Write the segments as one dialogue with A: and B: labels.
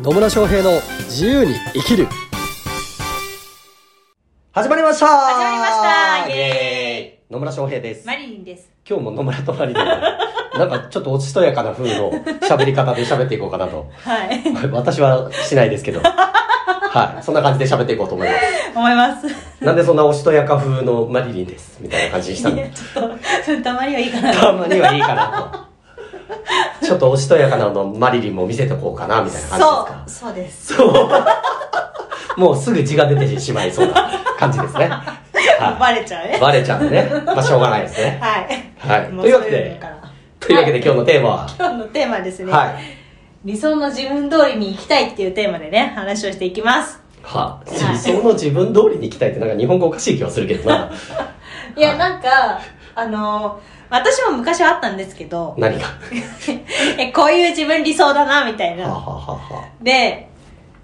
A: 野村翔平の自由に生きる始まりました
B: 始まりましたイ
A: エーイ野村翔平です、
B: マリリンです。
A: 今日も野村とマリでなんかちょっとおしとやかな風 の喋り方で喋っていこうかなと
B: はい。
A: 私はしないですけどはいそんな感じで喋っていこうと思います
B: 思います。
A: なんでそんなおしとやか風のマリリンですみたいな感じにしたの
B: いや ちょっと、それたまにはいいかな。
A: たまにはいいかなと。ちょっとおしとやかなのマリリンも見せとこうかな、みたいな感
B: そう、そうで
A: じ
B: す。
A: ですか。そう。もうすぐ字が出てしまいそうな感じですね。は
B: バレちゃう
A: い。
B: ね。
A: バレちゃうんで ね。まあ、しょうがないですね。
B: はい。
A: はい
B: も
A: というわ
B: そ
A: け
B: う
A: で
B: いうのから
A: というわけで今日のテーマは、
B: 今日のテーマですね。
A: はい。
B: 理想の自分通りに行きたいっていうテーマでね、話をしていきます。
A: はあ、
B: はい
A: 理想の自分通りに行きたいってなんか日本語おかしい気はするけどな。
B: いや、
A: はい
B: なんか、あの、私も昔はあったんですけど、
A: 何が。は
B: え、こういう自分理想だな、みた
A: あ、
B: い
A: は
B: な。
A: あはあは
B: で、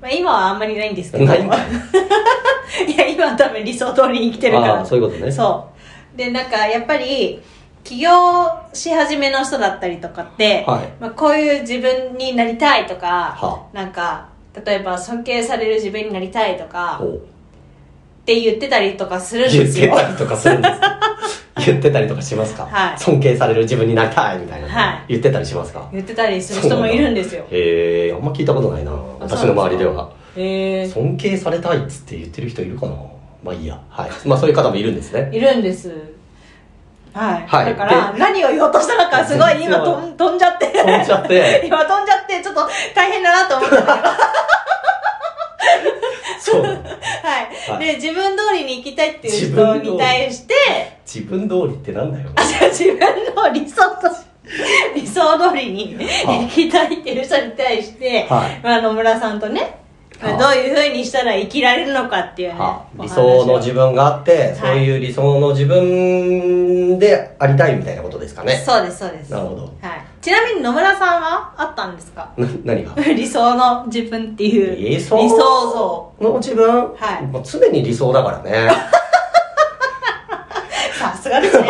B: まあ、今はあんま りないんです
A: あ、
B: けど。
A: ないんかい。
B: いや今は多分理想通りに生きてるから
A: ああそういうことね
B: そうでなんかやっぱり起業し始めの人だったりとかって、
A: はい
B: まあ、こういう自分になりたいとか、
A: は
B: なんか例えば尊敬される自分になりたいとか
A: おう
B: って言ってたりとかするん
A: 言
B: で
A: っ
B: す
A: て
B: よ
A: たりとかするんです か言ってたりとかしますか、
B: はい
A: 尊敬される自分になりたいみたいな、
B: はい
A: 言ってたりしますか
B: 言ってたりする人もいるんですよ
A: へえあんま聞いたことないな私の周りでは
B: へえ
A: 尊敬されたいっつって言ってる人いるかなまあいいやはいまあそういう方もいるんですね
B: いるんですはい、
A: はい
B: だから
A: で
B: 何を言おうとしたのかすごい今飛ん飛んじゃって
A: 飛んじゃって
B: 今飛んじゃってちょっと大変だなと 思ったんだけど
A: そうなの
B: はい、
A: はい
B: で自分通りに行きたいっていう
A: 自分通
B: 人
A: り
B: に対して
A: 自分通りってなんだよ
B: あじゃあ自分の理想と 理想通りに行きたいっていう人に対して、
A: はい
B: まあ、野村さんとね、まあ
A: は
B: どういうふうにしたら生きられるのかっていうね、
A: は
B: お
A: 理
B: 話
A: 想の
B: を
A: 自分があって、そういう理想の自分でありたいみたいなことですかね
B: そうですそうです、
A: な
B: は
A: るほど
B: い、ちなみに野村さんはあったんですか
A: な何が
B: 理想の自分っていう
A: 理想
B: 理想像
A: の自分、
B: はい
A: もう常に理想だから ね
B: さすがです ね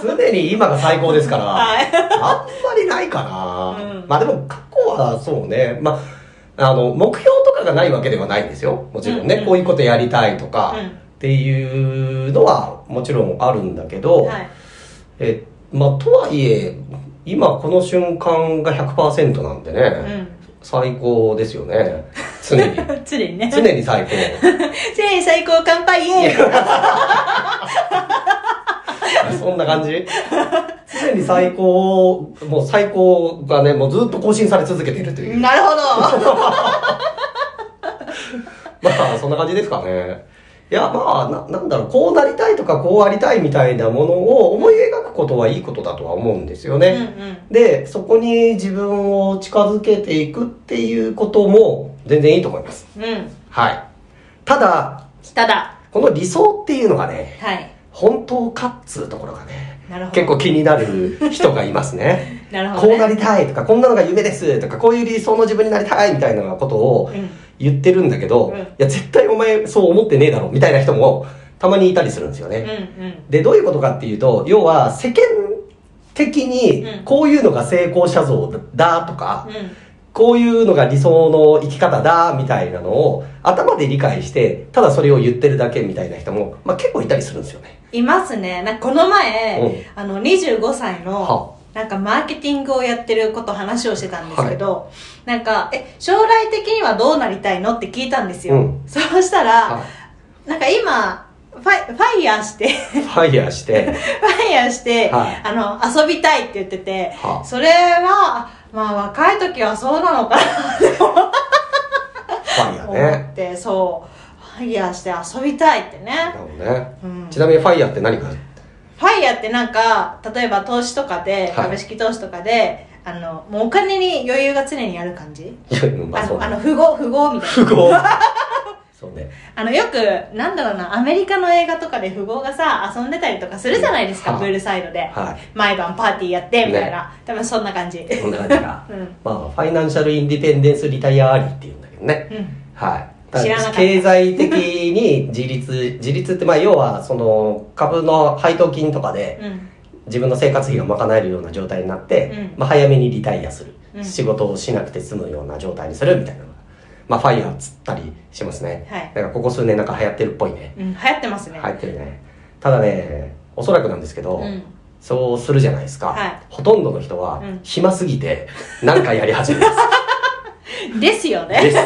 A: 常に今が最高ですから、
B: はい
A: あんまりないかな、
B: うん
A: まあでも過去はそうねまああの目標とかがないわけではないんですよもちろんね、
B: うんうん
A: こういうことやりたいとか、
B: うん
A: っていうのはもちろんあるんだけど、
B: はい
A: えまあとはいえ今この瞬間が100%なんでね、
B: う
A: 最高ですよ ね常に
B: ん常にね
A: 常 に最高
B: 常に最高乾杯イエーイ
A: そんな感じ常に最高、もう最高がね、もうずっと更新され続けているという。
B: なるほど。
A: まあ、そんな感じですかね。いや、まあ、な、なんだろう、こうなりたいとか、こうありたいみたいなものを思い描くことはいいことだとは思うんですよ
B: うんう
A: ね。
B: ん。
A: で、そこに自分を近づけていくっていうことも全然いいと思います。
B: うん。
A: はい。ただ、
B: ただ。
A: この理想っていうのがね、
B: はい。
A: 本当かっつうところがね、
B: なるほど。
A: 結構気になる人がいますね。
B: なるほど、
A: こ
B: ね。
A: うなりたいとか、こんなのが夢ですとか、こういう理想の自分になりたいみたいなことを
B: うん
A: 言ってるんだけど、
B: うん
A: いや、絶対お前そう思ってねえだろみたいな人もたまにいたりするんですよ
B: うん
A: ね。
B: うん。
A: で、どういうことかっていうと、要は世間的に
B: うん
A: こういうのが成功者像だとか、
B: うん。
A: こういうのが理想の生き方だみたいなのを頭で理解して、ただそれを言ってるだけみたいな人も、まあ結構いたりするんですよね。
B: いますね。なんかこの前、あの、25
A: は
B: 歳の、なんかマーケティングをやってること話をしてたんですけど、なんか、え、将来的にはどうなりたいのって聞いたんですよ。
A: うん
B: そうしたら、
A: は
B: なんか今、ファイファイヤーして、
A: いファイヤーして、
B: ファイヤーして、
A: はい
B: あの、遊びたいって言ってて、
A: は
B: それは、まあ若い時はそうなのかなって
A: ファイヤー
B: 思
A: ね。
B: って、そう、ファイヤーして遊びたいって
A: なる
B: ね。
A: ほどね。
B: うん、
A: ちなみにファイヤーって何か
B: ファイヤーってなんか、例えば投資とかで、
A: い
B: 株式投資とかで、あの、もうお金に余裕が常にある感じ、
A: いや、まあそう
B: の、あ
A: だ
B: の、富豪、富豪みたいな。
A: 不 合そうね。
B: あの、よく、なんだろうな、アメリカの映画とかで富豪がさ、遊んでたりとかするじゃないですか、
A: はい
B: プールサイドで。
A: は
B: 毎晩パーティーやって、みたいな。多分そんな感じ。
A: い。こんな感じが。
B: うん。
A: まあ、ファイナンシャルインディペンデンスリタイアアリーって言うんだけどね。
B: うん。
A: はい。
B: 知らなかった
A: 経済的に自立、自立って、まあ、要は、その、株の配当金とかで、
B: うん。
A: 自分の生活費が賄えるような状態になって、
B: うん
A: まあ、早めにリタイアする。
B: ううん
A: 仕事をしなくて済むような状態にするみたいなのがまあファイヤーつったりしますね、
B: はい
A: なんかここ数年なんか流行ってるっぽいね
B: うん、流行ってますね、
A: 流行ってるねただねおそらくなんですけど、
B: うん、
A: そうするじゃないですか、
B: はい
A: ほとんどの人は
B: うん
A: 暇すぎて何かやり始めます
B: ですよ
A: で
B: ね
A: す。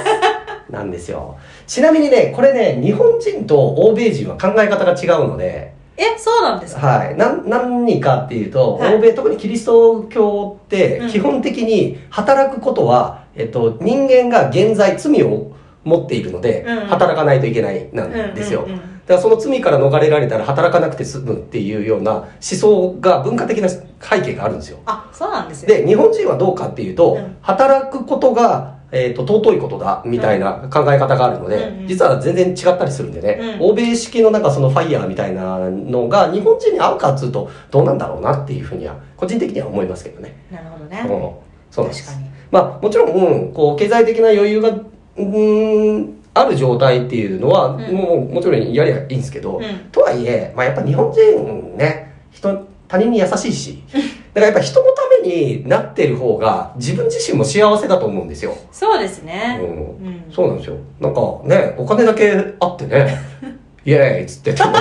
A: なんですよ。ちなみにね、これね、日本人と欧米人は考え方が違うので、
B: えそうなんですか
A: はい。なん、何かっていうと、
B: はい
A: 欧米、特にキリスト教って
B: うん、
A: 基本的に働くことは、えっと、人間が現在罪を持っているので、
B: うん
A: 働かないといけないな
B: うんんうん
A: ですよ。
B: うん
A: だからその罪から逃れられたら働かなくて済むっていうような思想が文化的な背景があるんですよ。
B: あそうなんですよ
A: で日本人はどうかっていうと、
B: うん
A: 働くことが、えー、と尊いことだみたいな考え方があるので、
B: うんうん
A: 実は全然違ったりするんでね、
B: うん
A: 欧米式のなんかそのファイヤーみたいなのが日本人に合うかっつうとどうなんだろうなっていうふうには個人的には思いますけどね。
B: なるほど
A: う
B: ね
A: ん、そうなんで
B: 確か
A: す
B: に
A: まあもちろん、うんこう経済的な余裕がうーんある状態っていうのは、
B: うん
A: もうもちろんやりゃいいんですけど、
B: うん
A: とはいえ、まあ、やっぱ日本人ね人他人に優しいしだからやっぱ人のためになってる方が自分自身も幸せだと思うんですよ、
B: そうです
A: う
B: ね
A: ん、
B: うん
A: そうなんですよなんかねお金だけあってねイエーイっつってたもね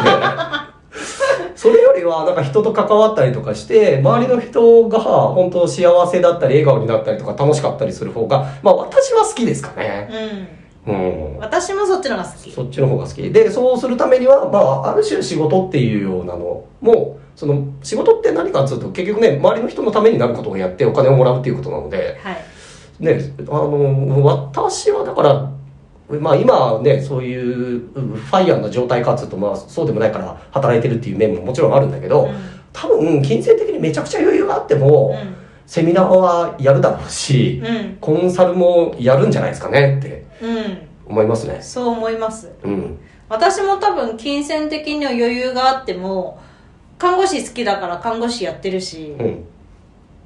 A: それよりはなんか人と関わったりとかして周りの人が本当幸せだったり笑顔になったりとか楽しかったりする方がまあ私は好きですかねう
B: う
A: ん
B: ん私もそっちのが好き
A: そっちの方が好き。で、そうするためには、まあ、ある種仕事っていうようなのも、その、仕事って何かっていうと、結局ね、周りの人のためになることをやってお金をもらうっていうことなので、
B: はい
A: ね、あの、私はだから、まあ今ね、そういううんファイヤーな状態かっていうと、まあそうでもないから働いてるっていう面ももちろんあるんだけど、
B: う
A: 多分、金銭的にめちゃくちゃ余裕があっても、
B: ん
A: セミナーはやるだろうし、
B: うん
A: コンサルもやるんじゃないですかねって
B: うん
A: 思いますね。
B: そう思います
A: うん。
B: 私も多分金銭的には余裕があっても看護師好きだから看護師やってるし
A: うん。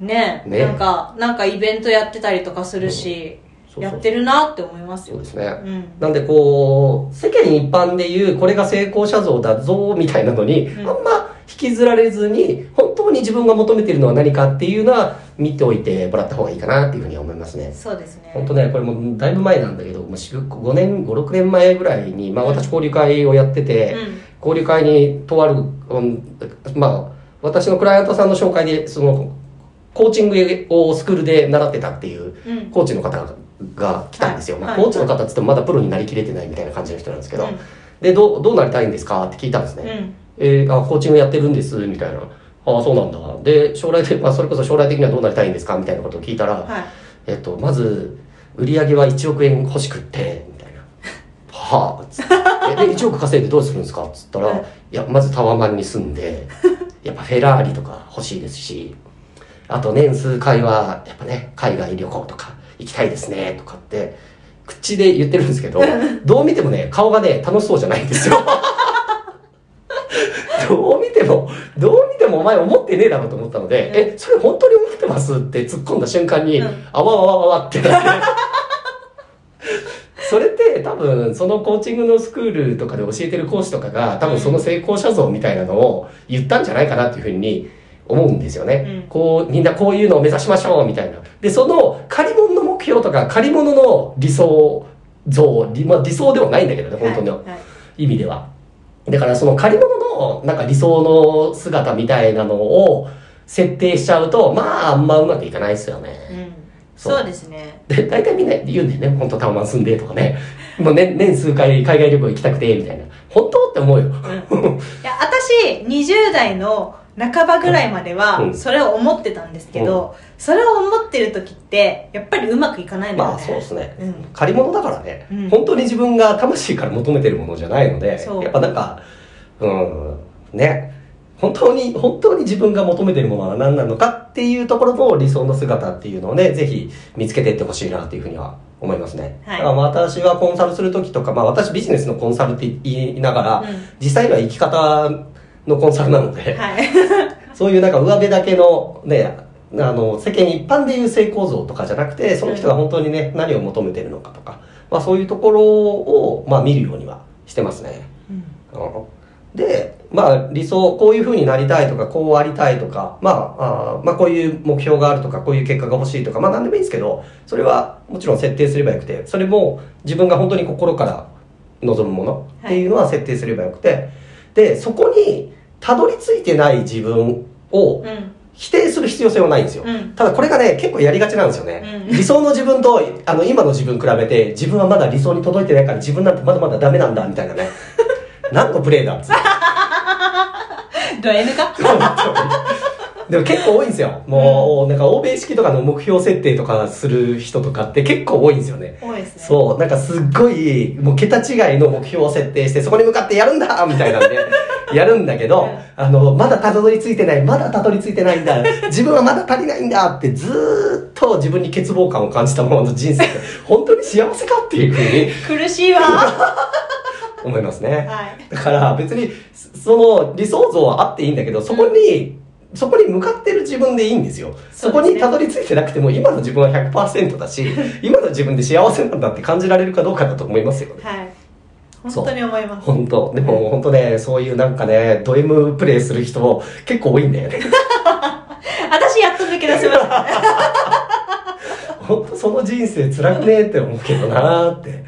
B: ね
A: ね
B: なんかなんかイベントやってたりとかするし、
A: そうそう
B: やってるなって思います
A: そう
B: よ
A: ですね。
B: うん
A: なんでこう、世間一般で言う、これが成功者像だぞ、みたいなのに、
B: うん
A: あんま引きずられずに、本当に自分が求めてるのは何かっていうのは、見ておいてもらった方がいいかなっていうふうには思いますね。
B: そうですね
A: 本当ね、これもうだいぶ前なんだけど、もう4 5年、5、6年前ぐらいに、まあ私交流会をやってて、
B: うん
A: 交流会にとある、うんまあ、私のクライアントさんの紹介で、その、コーチングをスクールで習ってたっていう
B: うん
A: コーチの方が来たんですよ、
B: はい
A: まあ、
B: はい
A: コーチの方っつってもまだプロになりきれてないみたいな感じの人なんですけど、
B: うん
A: でどうどうなりたいんですかって聞いたんですね、
B: うん
A: えーあコーチングやってるんですみたいなああそうなんだで将来的、まあ、それこそ将来的にはどうなりたいんですかみたいなことを聞いたら、
B: はい
A: えっとまず売り上げは1億円欲しくってみたいな「はあ」つってえで1億稼いでどうするんですか?」っつったら「
B: はい
A: いやまずタワマンに住んでやっぱフェラーリとか欲しいですしあと年数回はやっぱね海外旅行とか行きたいですね」とかって口で言ってるんですけどどう見てもね顔がね楽しそうじゃないんですよ。どう見ても、どう見てもお前思ってねえだろうと思ったので、
B: うん
A: え、それ本当に思ってますって突っ込んだ瞬間に、
B: うん
A: あわあわあわってなって。それって多分そのコーチングのスクールとかで教えてる講師とかが多分その成功者像みたいなのを言ったんじゃないかなっていうふうに思うんですよね。
B: うん
A: こう、みんなこういうのを目指しましょうみたいな。で、その借り物の目標とか借り物の理想像、理まあ、理想ではないんだけどね、本当の。
B: はいはい
A: 意味では。だからその借り物のなんか理想の姿みたいなのを設定しちゃうと、まああんまうまくいかないですよ
B: う
A: ね。
B: ん、
A: そう
B: そうですね
A: で、大体みんな言うんだよね。本当タワマン住んでとかね。もう年、年数回海外旅行行きたくて、みたいな。本当って思うよ。
B: いや私20代の半ばぐらいまで
A: う
B: は
A: ん
B: それを思ってたんですけど、それを思ってる時ってやっぱりうまくいかないの
A: まあ
B: よね、
A: そうですね。
B: うん
A: 借り物だからね、
B: うん
A: 本当に自分が魂から求めてるものじゃないので、
B: そう
A: やっぱなんか、うん、ね、本当に、本当に自分が求めてるものは何なのかっていうところの理想の姿っていうのをね、ぜひ見つけていってほしいなっていうふうには思いますね。
B: はい
A: だから私はコンサルするときとか、まあ私ビジネスのコンサルって言いながら、
B: うん
A: 実際には生き方のコンサルなので、
B: はい
A: そういうなんか上辺だけのね、あの、世間一般でいう成功像とかじゃなくて、その人が本当にね、何を求めてるのかとか、まあそういうところを、まあ見るようにはしてますね。
B: うん
A: うんで、まあ理想、こういう風になりたいとか、こうありたいとか、まあ、あーまあこういう目標があるとか、こういう結果が欲しいとか、まあ何でもいいんですけど、それはもちろん設定すればよくて、それも自分が本当に心から望むものっていうのは設定すればよくて、で、そこにたどり着いてない自分を
B: うん
A: 否定する必要性はないんですよ。
B: うん
A: ただこれがね、結構やりがちなんですよね。
B: うん
A: 理想の自分と、あの、今の自分比べて、自分はまだ理想に届いてないから、自分なんてまだまだダメなんだ、みたいな ね。何のプレイだっつって
B: ド N か
A: でも結構多いんですよ。もう、なんか欧米式とかの目標設定とかする人とかって結構多いんですよね。
B: 多いですね
A: そう、なんかすっごい、もう桁違いの目標を設定して、そこに向かってやるんだみ たいなんで、やるんだけど、あの、まだたどり着いてない、まだたどり着いてないんだ、自分はまだ足りないんだって、ずーっと自分に欠乏感を感じたままの人生、本当に幸せかっていうふうに
B: 苦しい わは
A: 思いますね。
B: い
A: だから別にその理想像はあっていいんだけどそこに、そこに向かってる自分でいいんですよそ
B: そうで
A: こに
B: すね
A: たどり着いてなくても今の自分は100%だし今の自分で幸せなんだって感じられるかどうかだと思いますよね
B: はい本
A: そう
B: 当に思います
A: 本当でも本当ねそういうなんかねド M プレイする人結構多いんだよね
B: 私やっと抜け出せました ね
A: 本当その人生辛くねえって思うけどなーって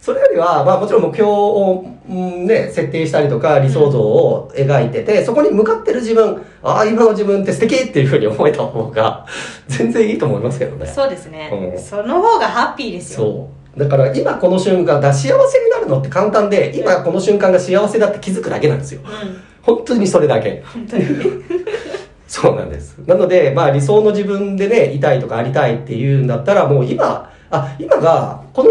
A: それよりは、まあもちろん目標を、うんね、設定したりとか理想像を描いてて、そこに向かってる自分、ああ、今の自分って素敵っていうふうに思えた方が、全然いいと思いますけどね。
B: そうですね、
A: うん
B: その方がハッピーですよ
A: そう。だから今この瞬間だ、幸せになるのって簡単で、今この瞬間が幸せだって気づくだけなんですよ。
B: うん
A: 本当にそれだけ。
B: 本当にね
A: そうなんです。なので、まあ理想の自分でね、いたいとかありたいっていうんだったら、もう今、あ、今が、この、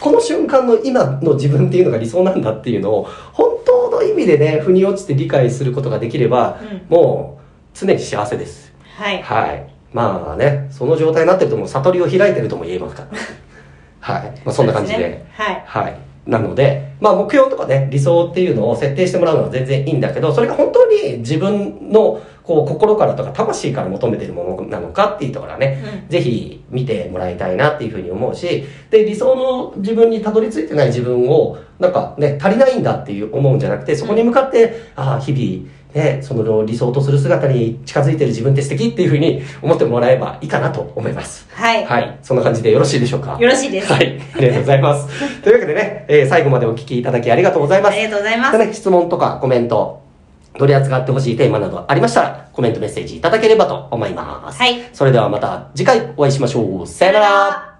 A: この瞬間の今の自分っていうのが理想なんだっていうのを、本当の意味でね、腑に落ちて理解することができれば、
B: うん
A: もう、常に幸せです。
B: はい
A: はい。まあね、その状態になってるともう悟りを開いてるとも言えますから。はい。まあそんな感じ
B: う
A: で。
B: すねはい
A: はい。なので、まあ目標とかね、理想っていうのを設定してもらうのは全然いいんだけど、それが本当に自分のこう心からとか魂から求めてるものなのかっていうところはね、
B: うん
A: ぜひ見てもらいたいなっていうふうに思うし、で、理想の自分にたどり着いてない自分を、なんかね、足りないんだっていう思うんじゃなくて、そこに向かって、ああ、日々、ね、その理想とする姿に近づいてる自分って素敵っていうふうに思ってもらえばいいかなと思います。
B: はい、
A: はい。そんな感じでよろしいでしょうか
B: よろしいです、
A: はい。ありがとうござい ます。というわけでね、えー最後までお聞きいただきありがとうございま
B: あ
A: す。
B: りがとうございま
A: ますたね、質問とかコメント、取り扱ってほしいテーマなどありましたら、コメントメッセージいただければと思います。
B: はい
A: それではまた次回お会いしましょう。さよなら。